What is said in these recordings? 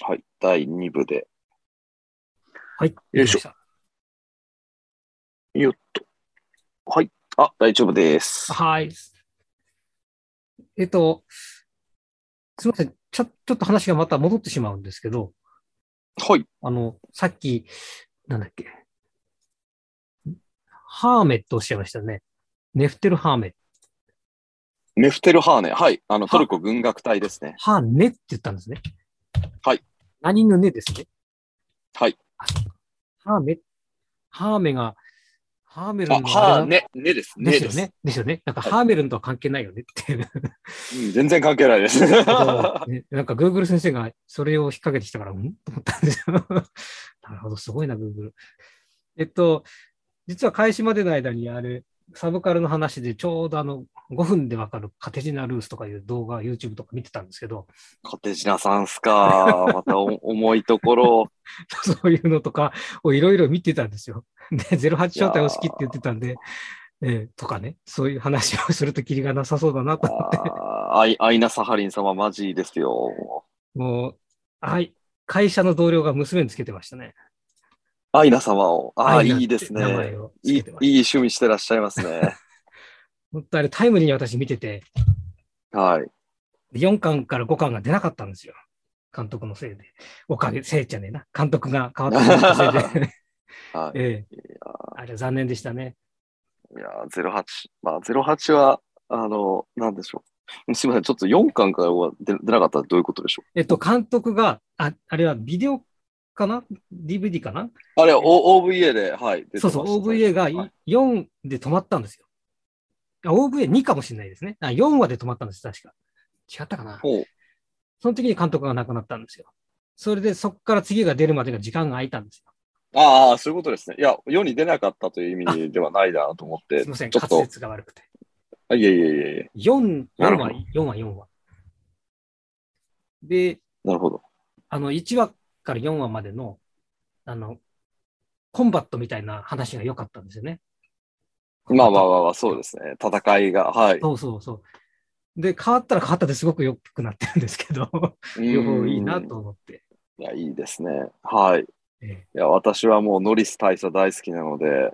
はい、第2部で。はい。よいしょよっと。はい。あ、大丈夫です。はい。えっと、すみません。ちょ、ちょっと話がまた戻ってしまうんですけど、はい。あの、さっき、なんだっけ。ハーメットおっしゃいましたね。ネフテルハーメット。ネフテルハーネ。はい。あの、トルコ軍楽隊ですね。ハーネって言ったんですね。はい。何のねですね。はい。ハーメ、ハーメが、ハーメルあ、ンのハあーれだネ。ネです。でネすでよす。ね。ですよね。なんかはいハーメルンとは関係ないよねっていう。うん全然関係ないです。はねなんか Google 先生がそれを引っ掛けてきたから、うん と思ったんですよ。なるほど、すごいな、Google。えっと、実は開始までの間に、あれ、サブカルの話でちょうどあの5分でわかるカテジナルースとかいう動画、YouTube とか見てたんですけど、 コテジナさんっすか。ま たお重いところ。そういうのとかをいろいろ見てたんですよ。で、08招待を好きって言ってたんで、えーとかね、そういう話をするとキリがなさそうだなと思って。あーアイアイナ・サハリン様、マジですよ。もう、はい、会社の同僚が娘につけてましたね。アイナ様を。ああ、愛なんいていですね。名前をついい、いけいてました趣味してらっしゃいます ね。本当あれタイムリーに私見てて、はい。 4巻から5巻が出なかったんですよ。監督のせいで。おかげ、せいじゃねえな。監督が変わったせ いで。 はい。ええいやあれは残念でしたね。いやー、08。まあ、08は、あの、なんでしょう。すみません、ちょっと4巻からは出出なかったらどういうことでしょえっと、監督が、ああれはビデオかな ?DVD かなう。あれ、O、OVA で、はい。出てまそうしたそう、OVA がはい4で止まったんですよ。あ OVA2 かもしれないですね。あ4話で止まったんです、確か。違ったかなほうその時に監督が亡くなったんですよ。それで、そこから次が出るまでが時間が空いたんですよ。ああ、そういうことですね。いや、世に出なかったという意味ではないなと思って、すいません、ちょ滑っと、舌が悪くて。あいえいえいえいえ、 4、なる4ほ話ど、 4話、4話。で、なるほど。あの、1話から4話までの、あの、コンバットみたいな話が良かったんですよね。まあまあまあまあ、そうですね。戦いが、はい。そうそうそう。で、変わったら変わったですごく良くなってるんですけど、両方いいなうん。と思って。いや、いいですね。はい。いえや、私はもうノリス大佐大好きなので、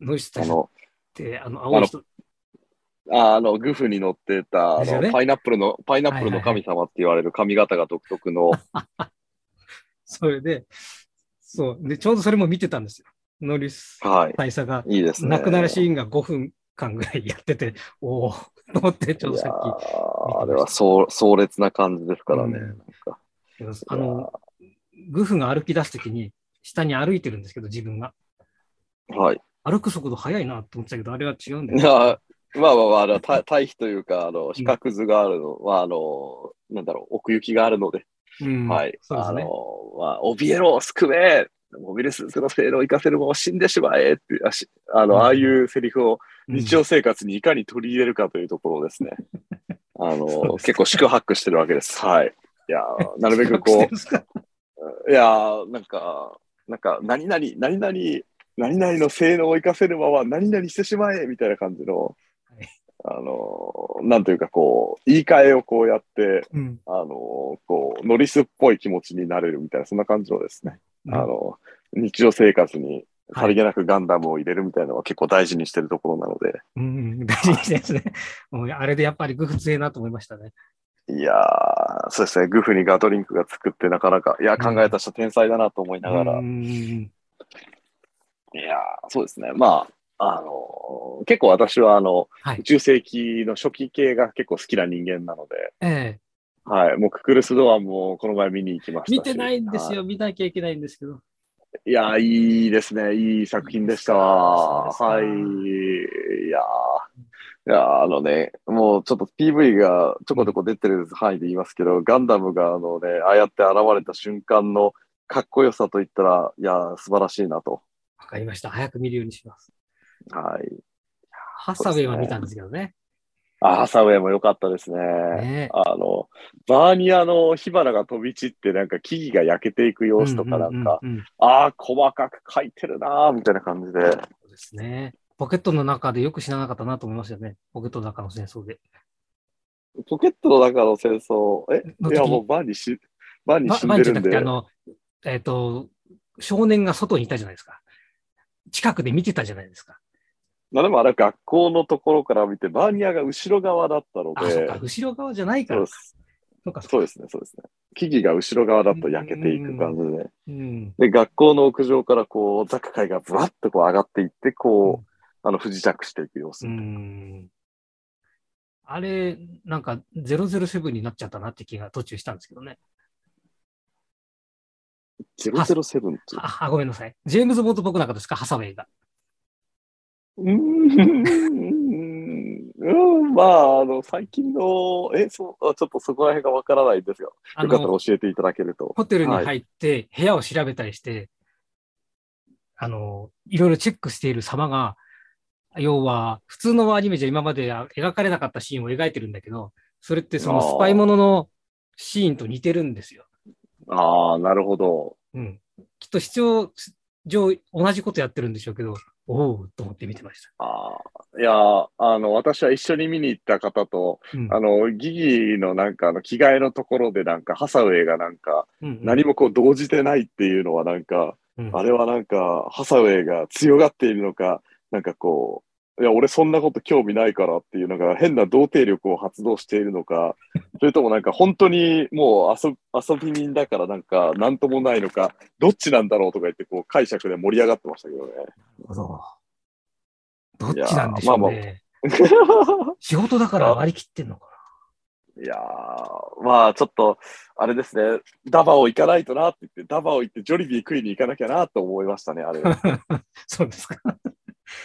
ノイスあ大佐っの、て、あの、青い人、ああの、グフに乗ってた、あですよの、ねパイナップルの、パイナップルのはいはいは神様って言われる髪型が独特の、それで、そう。で、ちょうどそれも見てたんですよ。ノリスはい。大佐がいいですね。亡くなるシーンが5分間ぐらいやってて、 おおと思って、ちょうどさっいやき。ーあれはそう壮烈な感じですからね。うんかけどあの、グフが歩き出すときに、下に歩いてるんですけど、自分が。はい。歩く速度速いなと思ってたけど、あれは違うんだいよや、まあまあまああ の、た対比というか、あの、比較図があるのは、あの、なんだろう、奥行きがあるので、ね。うんはい。そうですあね。の、まあ、怯えろ、救え、モビルスーツの性能を生かせるも死んでしまえっていう、あしあうんの、ああいうセリフをうん日常生活にいかに取り入れるかというところですね。あ そうの、です結構宿泊してるわけです。はい。いやー、なるべく比較してこるんですかう、いやー、なんか、なんか、何々、何々、何々の性能を生かせるまま何々してしまえみたいな感じのはい、あの、なんというかこう、言い換えをこうやって、うん。あの、こう、ノリスっぽい気持ちになれるみたいな、そんな感じのですね、あの、日常生活にさりげなくガンダムを入れるみたいなのは結構大事にしてるところなので、うんうん、大事にしたやつね。もうあれでやっぱりグフ強えなと思いましたね。いやー、そうですね、グフにガトリンクが作ってなかなか、いや、考えた人天才だなと思いながら、うんうんうんいやー、そうですね、まあ、あの、結構私は、あの、はい宇宙世紀の初期系が結構好きな人間なので、ええはい、もうククルスドアンもこの前見に行きましたし。見てないんですよ。見なきゃいけないんですけど。いやー、いいですね。いい作品でした。そうですかはい。いやーいやーあのね、もうちょっと PV がちょこちょこ出てる範囲で言いますけど、ガンダムがあのね、ああやって現れた瞬間のかっこよさといったら、いやー素晴らしいなと。わかりました。早く見るようにします。はい。ハサウェイは見たんですけどね。あ、ハサウェイも良かったですね。ねあの、バーニアの火花が飛び散って、なんか木々が焼けていく様子とかなんか、うううんうんああ、細かく描いてるなーみたいな感じで。そうですね。ポケットの中でよく死ななかったなと思いますよね。ポケットの中の戦争で。ポケットの中の戦争、えのい時やもうバーニーし、バンにば死んバでンじゃるなんくて、であ。の、えっ、と、少年が外にいたじゃないですか。近くで見てたじゃないですか。まあでもあれは学校のところから見て、バーニアが後ろ側だったのあ、そっか、で、後ろ側じゃないかそうらで。すそうか、そそううか。ですね、そうですね。木々が後ろ側だと焼けていく感じで。うん。で、学校の屋上からこう、ザク海がブワッとこう上がっていって、こう、あの、不時着していく様子。うん。あれ、なんか、007になっちゃったなって気が途中したんですけどね。 007って。あ、あごめんなさい。ジェームズ・ボンド僕なんかですか、ハサウェイが。うーん、うんまあ、あの、最近の、え、そう、あちょっとそこら辺がわからないんですが、よあかったのら、教えていただけると。ホテルにはい入って、部屋を調べたりして、あの、いろいろチェックしている様が、要は、普通のアニメじゃ今まで描かれなかったシーンを描いてるんだけど、それってそのあースパイもののシーンと似てるんですよ。ああ、なるほど。うん。きっと必要上同じことやってるんでしょうけど、おおと思って見てました。ああ、いやー、あの、私は一緒に見に行った方と、うんあの、ギギのなんか、あの、着替えのところでなんか、ハサウェイがなんか、うんうん何もこう、動じてないっていうのはなんか、うんあれはなんか、ハサウェイが強がっているのか、なんかこう、いや、俺そんなこと興味ないからっていうのが変な動定力を発動しているのか、それともなんか本当にもう遊遊び人だからなんかなんともないのか、どっちなんだろうとか言ってこう解釈で盛り上がってましたけどね。どっちなんでしょうね。いやーまあい仕事だから割り切ってんのかやー、まあちょっと、あれですね、ダバオ行かないとなって言って、ダバオ行ってジョリビー食いに行かなきゃなと思いましたね、あれ。はい。 な。そうですか。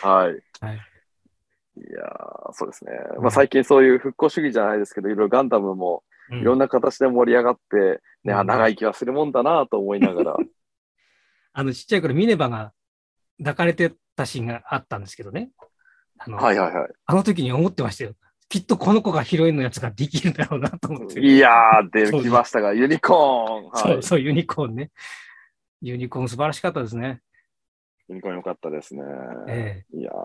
はいいやー、そうですね。まあ最近そういう復興主義じゃないですけど、いろいろガンダムもうんいろんな形で盛り上がって、ね、うんあ長生きはするもんだなと思いながら。あの、ちっちゃい頃、ミネバが抱かれてたシーンがあったんですけどね。あの、 はいはいはあの時に思ってましたよ。きっとこの子がヒロインのやつができるんだろうなと思って。い。いやー、出てきましたが、ユニコーン、そ、はいうそう、ユニコーンね。ユニコーン素晴らしかったですね。ユニコーン良かったですね。ええいやー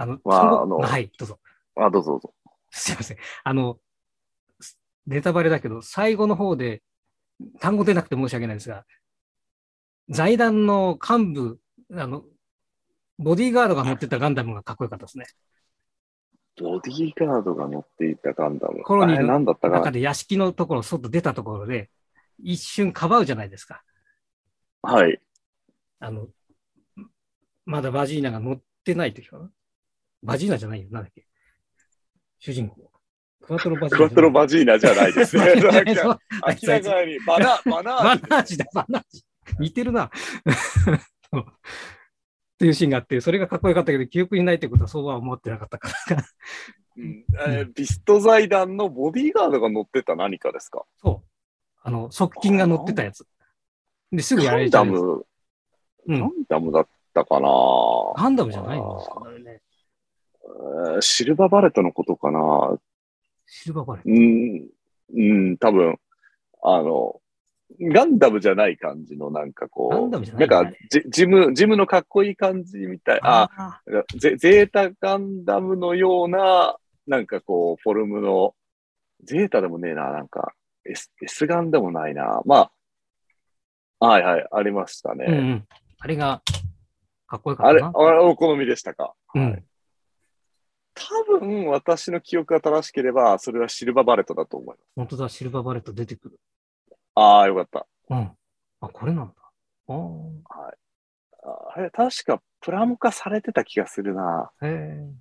あの、まあそのあのはい、どうぞ。、あ、どうぞどうぞ。すいません。あの、すネタバレだけど、最後の方で、単語出なくて申し訳ないんですが、財団の幹部、あの、ボディーガードが持ってたガンダムがかっこよかったですね。ボディーガードが乗っていたガンダム。コロニーのあれ何だったか中なで屋敷のところ、外出たところで、一瞬かばうじゃないですか。はい。あの、まだバジーナが乗ってない時かな。バジーナじゃないよ。なんだっけ。主人公。クワトロバジクーナワじゃトなロい。バジーナじゃないですね。バジーナ なんじ ゃないかそうあいつあ明らいつかに、バナ、バナバーナージだ、バナージ。似てるな。 そうっていうシーンがあって、それがかっこよかったけど、記憶にないってことはそうは思ってなかったから。 うんえービスト財団のボディーガードが乗ってた何かですかそう。あの、側近が乗ってたやつ。で、すぐやガられンちゃダうやつ。ム、うガンん。ダムだったかなガンダムじゃないんですかね。えーシルバーバレットのことかなシルバーバレットうん、うん、多分、あの、ガンダムじゃない感じの、なんかこう、ガンダムじゃないんかジ、ジム、ジムのかっこいい感じみたい、あ、あーゼゼータガンダムのような、なんかこう、フォルムの、ゼータでもねえな、なんか、S, S ガンでもないな。まあ、はいはい、ありましたね。うんうん。あれが、かっこよかあっれ、たあな。れお好みでしたか、うはいん。多分、私の記憶が正しければ、それはシルバーバレットだと思います。本当だ、シルバーバレット出てくる。ああ、よかった。うん。あ、これなんだ。あーあれ、確かプラモ化されてた気がするな。へえ。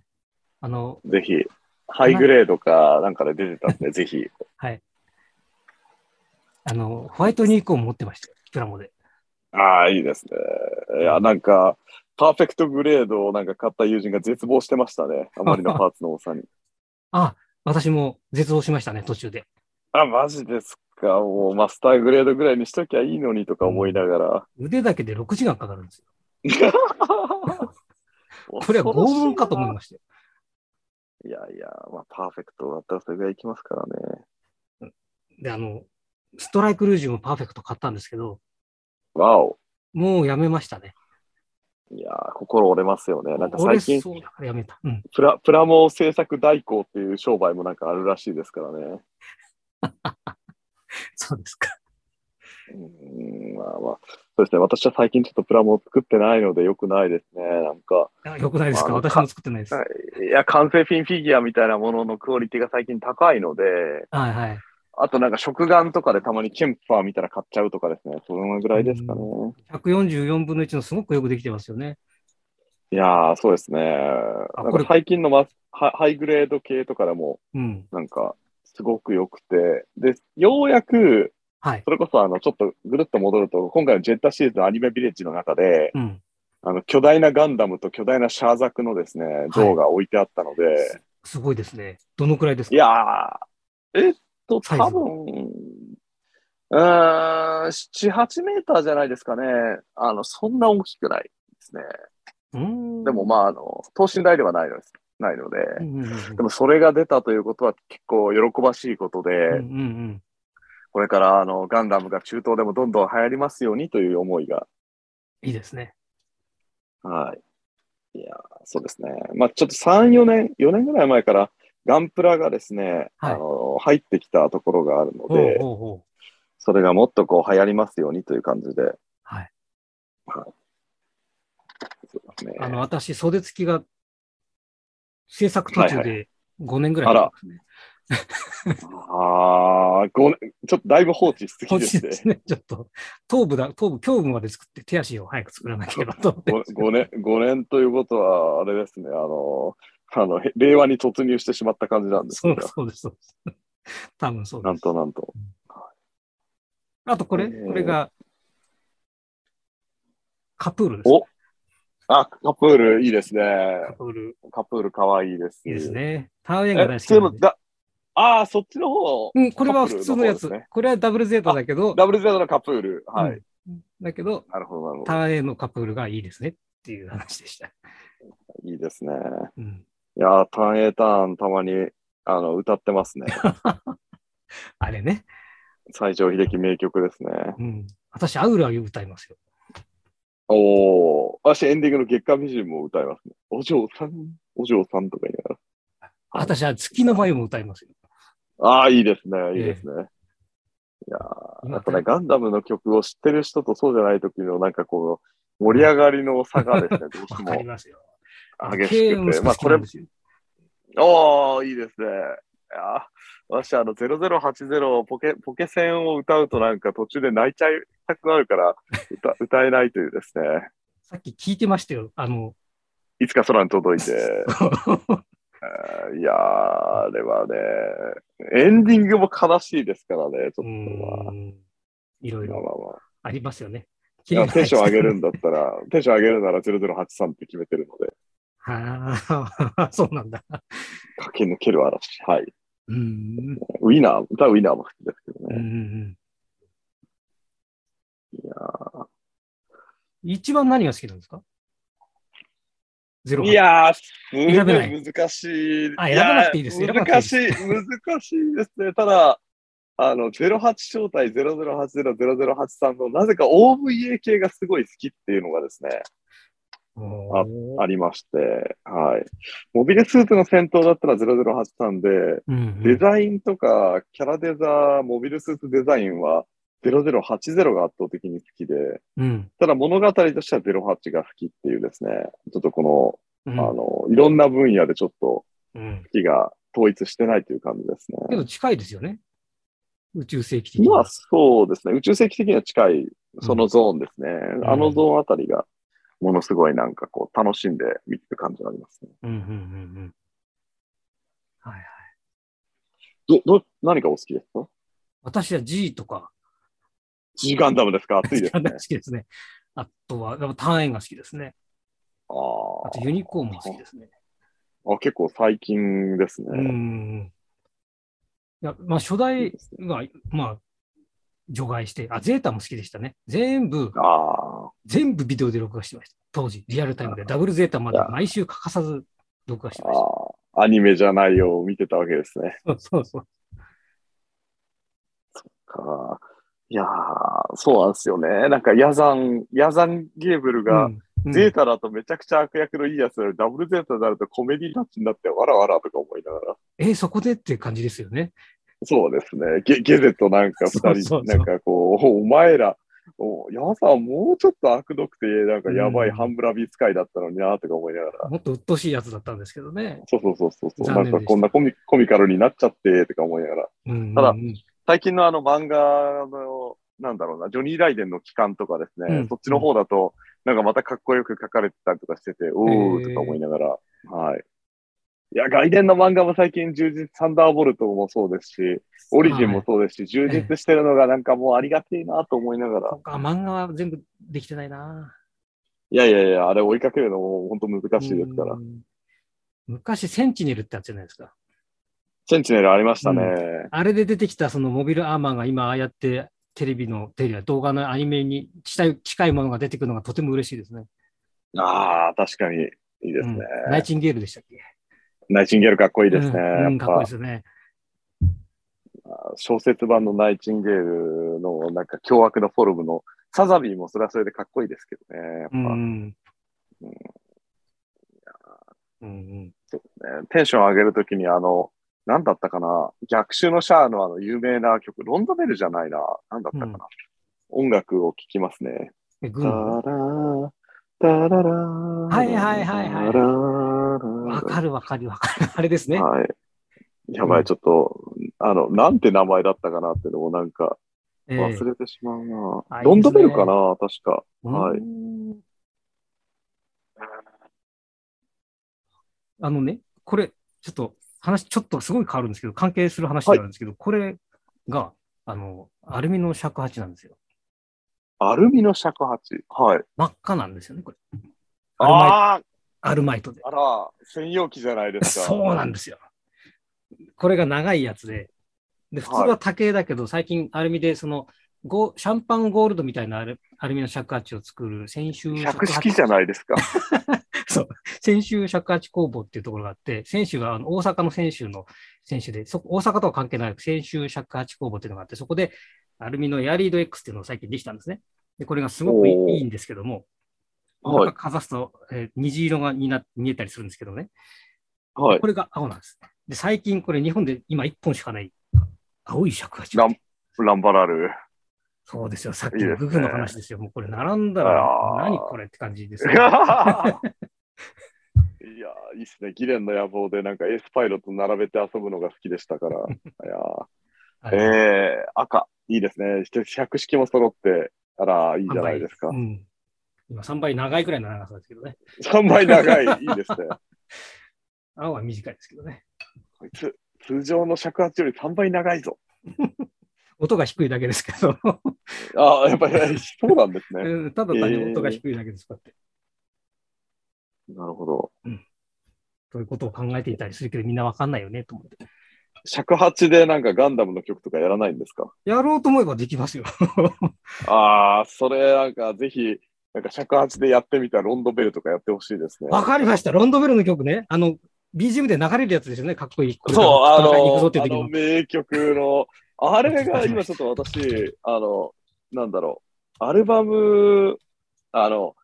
あの、ぜひ、ハイグレードかなんかで出てたんで、ぜひ。はい。あの、ホワイトニーコーン持ってましたよ。プラモで。ああ、いいですね。いや、なんか、パーフェクトグレードをなんか買った友人が絶望してましたね。あまりのパーツの多さに。あ、私も絶望しましたね、途中で。 あ、マジですか。もうマスターグレードぐらいにしときゃいいのにとか思いなが ら。腕だけで6時間かかるんですよ。ここれは拷問かと思いまましたよ。す。いやいや、まあ、パーフェクトだったらそれぐらいいきますからね。で、あの、ストライクルージュもパーフェクト買ったんですけど、わお。もうやめましたね。いやー、心折れますよね。なんか最近俺、そうだからやめた。うん。プラプラモ制作代行っていう商売もなんかあるらしいですからね。そうですか。うん、まあまあ、そうですね。私は最近ちょっとプラモを作ってないのでよくないですね。なんか、あよくないですかあの私も作ってないです。ははいいや、完成品フィギュアみたいなもののクオリティが最近高いので、いはい。あとなんか食玩とかでたまにケンパーみたいな買っちゃうとかですね。そのぐらいですかね。 144分の1のすごくよくできてますよね。いやー、そうですね。あなんこれか最近のマスハハイグレード系とかでも、うん。なんか、すごく良くて。で、ようやく、はい。それこそあの、ちょっとぐるっと戻ると、今回のジェッタシリーズのアニメビレッジの中で、うん。あの、巨大なガンダムと巨大なシャーザクのですね、像が置いてあったので、すすごいですね。どのくらいですいかやー、えっと、サイズは多分、うーん、7、8メーターじゃないですかね。あの、そんな大きくないですね。うーんでも、まあ、あの、等身大ではないのです。ないので、うんうんうんうんでもそれが出たということは結構喜ばしいことで、うんうんうんこれからあのガンダムが中東でもどんどん流行りますようにという思いが、いいですね。はい。いやー、そうですね。まあちょっと3、4年、4年ぐらい前からガンプラがですね、はいあの入ってきたところがあるのほうで、ほうほう。それがもっとこう流行りますようにという感じで。はい。はい。そうですね。あの、私、袖付きが制作途中はいで5年ぐらい経ってますね。ああ、ごねちょっとだいぶ放置しすぎ欲でしいすでね。すね。ちょっと、頭部だ、頭部、胸部まで作って手足を早く作らなければと思って。ごご年、5年ということは、あれですね、あの、あの、へ令和に突入してしまった感じなんです そねうそうです、そうです。多分そうなでんす。となんと。あとこれ、えーこれが、カプールです。おあ、カプールいいですね。カプール、カプールかわいいです。いいですね。ターンエえ。ンが大普好き通なのんで。だ、ああ、そっちの方、うん、これは普通のやカつプールの方ですね。これはダブルゼータだけど、ダブルゼロのカプール。はい。うんだけど、なるほど、なるほターンエンのカプールがいいですねっていう話でした。ど。いいですね。うん。いやー、ターン A ターン、たまに、あの、歌って ますね。あれね。西城秀樹名曲ですね。うん。私、アウラを歌いますよ。おー。私、エンディングの月間美人も歌いますね。お嬢さん、お嬢さんとか言いながら。私は月の眉も歌いますよ。ああ、いいですね、いいですね。いやー今やっぱね、ガンダムの曲を知ってる人とそうじゃない時の、なんかこう、盛り上がりの差がですね、どう わしてかりもますよ。激敬し遠をくて、少まあしこれ嫌いなん、ですよおー、いいですね。いやー私、あの、0080ポケ、ポケセンを歌うとなんか途中で泣いちゃいたくなるから、歌、 歌えないというですね、さっき聞いてましたよ。あの、いつか空に届いて、えーいやー、あれはね、エンディングも悲しいですからね、ちうょっとまあ、ん。いろいまあまろあまあ。ありますよね。いやテンション上げるんんだったら、テンション上げるなら0083って決めてるので、は あ、そうなんだ。駆け抜ける嵐。はい。うん。ウィナー、歌うウィナーも好きですけどうんね。うんいや一番何が好きなんですかゼローいやー、すごい選べない難しい。あ選ばなくていいですやー選ばなくていい難でしい、難しいですね。ただ、あの、08招待0080、0083の、なぜか OVA 系がすごい好きっていうのがですね、おーありまして、はい。モビルスーツの戦闘だったら0083で、うんうんデザインとか、キャラデザ、モビルスーツデザインは、0080が圧倒的に好きで、うんただ物語としては08が好きっていうですね、ちょっとこうの、あんの、いろんな分野でちょっとうん。好きが統一してないという感じですけね。ど近いですよね。宇宙世紀的にまあそうですね、宇宙世紀的には近い、そのゾーンですね。んあのゾーンあたりが、ものすごいなんかこう、楽しんで見てる感じがありますね。うんうんうんうん。はいはい。ど、ど、何がお好きですか私は G とか ?G ガンダムですか熱いですがね好。きですね。あとは、でも単円が好きですね。ああとーユニコーンも好きですね。あ、結構最近ですね。うん。いや、まあ、初代は、まあ、除外して、あ、ゼータも好きでしたね。全部、ああ、全部ビデオで録画してました。当時、リアルタイムで。ダブルゼータまで毎週欠かさず録画してました。ああ、アニメじゃないよ、見てたわけですね。そう そうそう。かいやー、そうなんですよね。なんか、ヤザン、ヤザンゲーブルが、うんうんゼータだとめちゃくちゃ悪役のいいやつなのに、ダブルゼータになるとコメディタッチになって、わらわらとか思いながら。えーそこでっていう感じですよね。そうですね。ゲゲゼとなんかそう二そうそ人、うなんかこう、おお前ら、おヤマさんもうちょっと悪毒で、なんかやばいうんハンブラビス会だったのになとか思いながら。もっと鬱陶しいやつだったんですけどね。そうそうそうそうそう。残念なでんかしたこんなコミコミカルになっちゃって、とか思いながら。うん、ただうん最近のあの漫画の、なんだろうな、ジョニー・ライデンの帰還とかですね、うんそっちの方だと、なんかまたかっこよく書かれてたりとかしてて、おーとか思いながら、はい。いや、外伝の漫画も最近充実、サンダーボルトもそうですし、オリジンもそうですし、充実してるのがなんかもうありがてえなと思いながらそ、っか、漫画は全部できてないな。いやいやいや、あれ追いかけるのも本当難しいですからう。ん昔、センチネルってやつじゃないですか。センチネルありましたね。あれで出てきたそのモビルアーマーが今、ああやってテレビの、テレビや動画のアニメに近い近いものが出てくるのがとても嬉しいですね。ああ、確かに。いいですね。うんナイチンゲールでしたっけナイチンゲールかっこいいですね。うんうん、やかっっこいいぱで、すね。小説版のナイチンゲールのなんか凶悪なフォルムのサザビーもそれはそれでかっこいいですけどね。やっうぱんうねん。うんテンション上げるときにあの、なんだったかな逆襲のシャアのあの有名な曲、ロンドベルじゃないな。なんだったかな、うん音楽を聴きますね。うん。グタラーー、タララーはいはいはいはいタララわーかるわかるわかる。あれですね。はい。やばい、ちょっと、あの、なんて名前だったかなっていうのもなんかええ忘れてしまうな。あいいですねロンドベルかな確か。はいうんあのね、これ、ちょっと話、ちょっとすごい変わるんですけど、関係する話になるんですけど、これが、あの、アルミの尺八なんですよ。アルミの尺八。はい。真っ赤なんですよね、これ。アルマイトあアルマイトであ。ー、あら、専用機じゃないですか。そうなんですよ。これが長いやつで、で普通はは竹だけど、最近アルミで、その、ゴシャンパンゴールドみたいなアルアルミの尺八を作る、先週百式じゃないですか。先週尺八工房っていうところがあって、先週はあの大阪の先週の先週で、そ大阪とは関係ない先週尺八工房っていうのがあって、そこでアルミのエアリード X っていうのを最近できたんですね。で、これがすごくいおーいいいんですけども、はいなんかかざすと、えー虹色がにな見えたりするんですけどね、はい。これが青なんです。で、最近これ日本で今1本しかない青い尺八。ランランバラ ル。そうですよ、さっいきいでのすねググの話ですよ。もうこれ並んだらあー何これって感じですいよ、やー、いいっすね。ギレンの野望で、なんかエースパイロット並べて遊ぶのが好きでしたから。 いは やーいえー、赤。いいですね。百式も揃って、あら、いいじゃないですかう。ん。今3倍長いくらいの長さですけどね。 3倍長い。 いいですね。青は短いですけどね。こいつ、通常の尺八より3倍長いぞ。音が低いだけですけど、 ああ、やっぱり、 そうなんですね。うんただ単に音が低いだけです、こうやって。なるほど。そういうことを考えていたりするけど、みんなわかんないよね、と思って。尺八でなんかガンダムの曲とかやらないんですかやろうと思えばできますよ。 ああ、それなんかぜひ、なんか尺八でやってみたロンドベルとかやってほしいですね。わかりました。ロンドベルの曲ね。あの、BGM で流れるやつですよね。かっこいい。これからそう、あ戦いに行くぞのっ、ていうあ時のの。名曲の、あれが今ちょっと私、あの、なんだろう、アルバム、あの、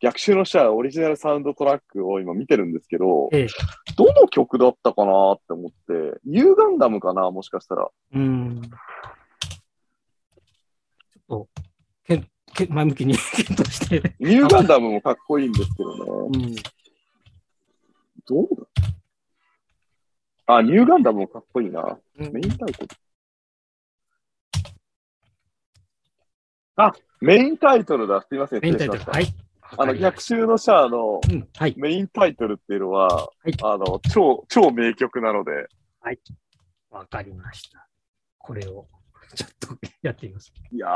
逆襲のシャアオリジナルサウンドトラックを今見てるんですけど、ええどの曲だったかなって思って、ユーガンダムかなもしかしたら。うん。ちょっと、けんけ前向きに 検討して。ニューガンダムもかっこいいんですけどね。うん。どうだあ、ニューガンダムもかっこいいな。うんメインタイトル。あ、メインタイトルだ。すいません。メインタイトル。失礼しましはい。たあの、逆襲のシャアのうん。はい。メインタイトルっていうのは、いあの、超、超名曲なので、わかりました。これを、ちょっとやってみます。いや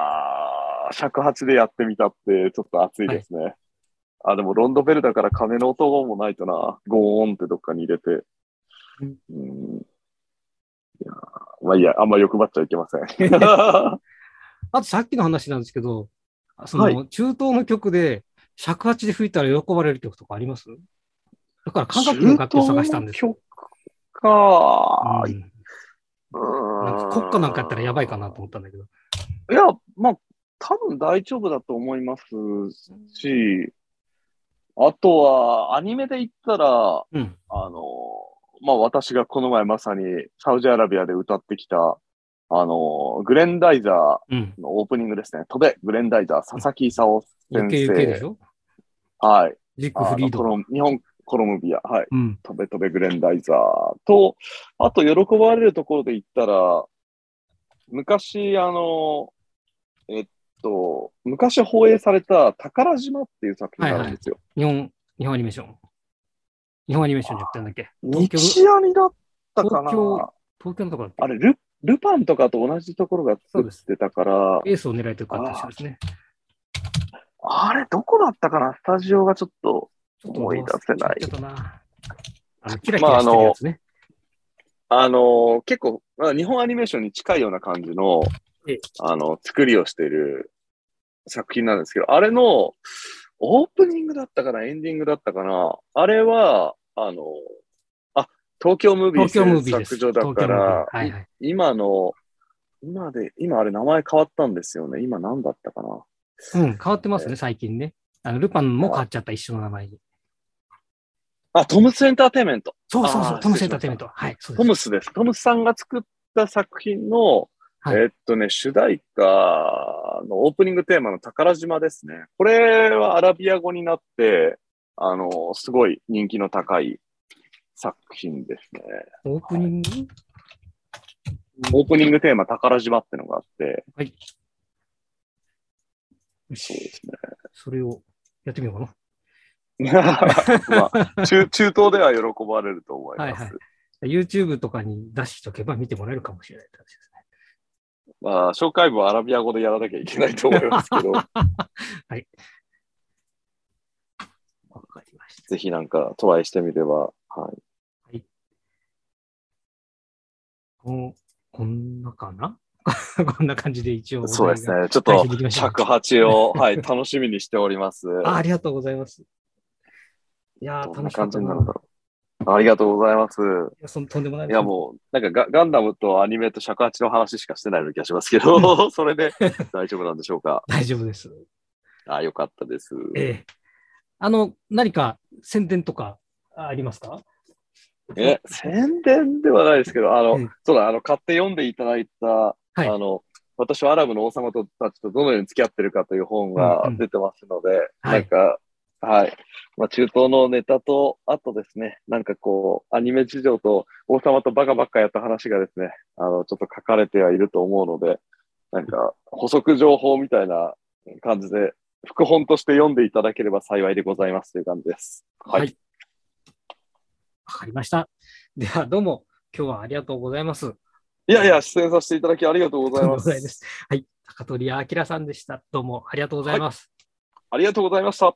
ー、尺八でやってみたって、ちょっと熱いですね。あ、でもロンドベルだから鐘の音もないとな、ゴーンってどっかに入れて。ううんん、いやーまあいいや、あんま欲張っちゃいけませ ん。はあとさっきの話なんですけど、その、は中東の曲で尺八で吹いたら喜ばれる曲とかありますだから感覚の中楽器を東探した んですよ。曲か、うんなんか国家なんかやったらやばいかなと思ったんだけど。いや、まあ、多分大丈夫だと思いますし、あとは、アニメで言ったら、うん。あの、まあ、私がこの前まさにサウジアラビアで歌ってきた、あの、グレンダイザーうん。のオープニングですね。飛べ、グレンダイザー、佐々木勲ゆ先けゆけでし生。ょはい。ジック・あフリのーコド。ロン日本コロムビア。はい。うん。飛べ飛べグレンダイザーと、あと喜ばれるところで言ったら、昔、あの、えっと、昔放映された宝島っていう作品があるんですよ。日本、日本アニメーション。日本アニメーションでやったんだっけ東京、東日アニだったかな東京京のとこだっあれル、ルパンとかと同じところが作ってたから、けエースを狙いとかあったりしますね。あれ、どこだったかなスタジオがちょっと、ちょっと思い出せないちょっとな。あの、キラキラしてるやつね。あのー結構、まあ、日本アニメーションに近いような感じのええ、あの、作りをしている作品なんですけど、あれの、オープニングだったかなエンディングだったかなあれは、あの、あ、東京ムービー東京ムービー制です。作所だか東京ムービらー、はいはい。今の、今で、今あれ名前変わったんですよね。今何だったかなうん、変わってますね、最近ね。あの、ルパンも変わっちゃった、一緒の名前に。あ、トムスエンターテイメント。そうそうそあう、ートムスエンターテイメント。はい、そうでトす。ムスです。トムスさんが作った作品の、はいえっとね、主題歌のオープニングテーマの宝島ですね。これはアラビア語になって、あの、すごい人気の高い作品ですね。オープニングオープニングテーマ宝島ってのがあ って、よそうでし、すね。それをやってみようかな。まあ、中中東では喜ばれると思います。はいはい YouTube とかに出しておけば見てもらえるかもしれないって話ですね。まあ、紹介文はアラビア語でやらなきゃいけないと思いますけど、 はい。わかりました。ぜひなんかトライしてみれば、はい。こんこんなかな こんな感じで一応。そうです。ね。ちょっ大と事にいきましょう尺八を、はい、楽しみにしております。 あありがとうございます。いやー、どん楽なしか感ったじにな。なるいんだろう。ありがとうございます。や、そんとんでもないいや、う。もう、なんかガガンダムとアニメと尺八の話しかしてないような気がしますけ ど、それで大丈夫なんでしょうか。大丈夫です。あ、よかったです。ええ。あの、何か宣伝とかありますかえ、宣伝ではないですけど、あの、うんそうだ、あの、買って読んでいただいた、はいあの、私はアラブの王様とたちとどのように付き合ってるかという本がうんうん出てますので、はないんか、はい。まあ、中東のネタと、あとですね、なんかこう、アニメ事情と王様とバカばっかやった話がですね、あの、ちょっと書かれてはいると思うので、なんか、補足情報みたいな感じで、副本として読んでいただければ幸いでございますという感じです。はい。はいわかりました。では、どうも、今日はありがとうございます。いやいや、出演させていただきありがとうございま。とんでもないですすはい。高取明さんでした。どうもありがとうございます。ありがとうございました。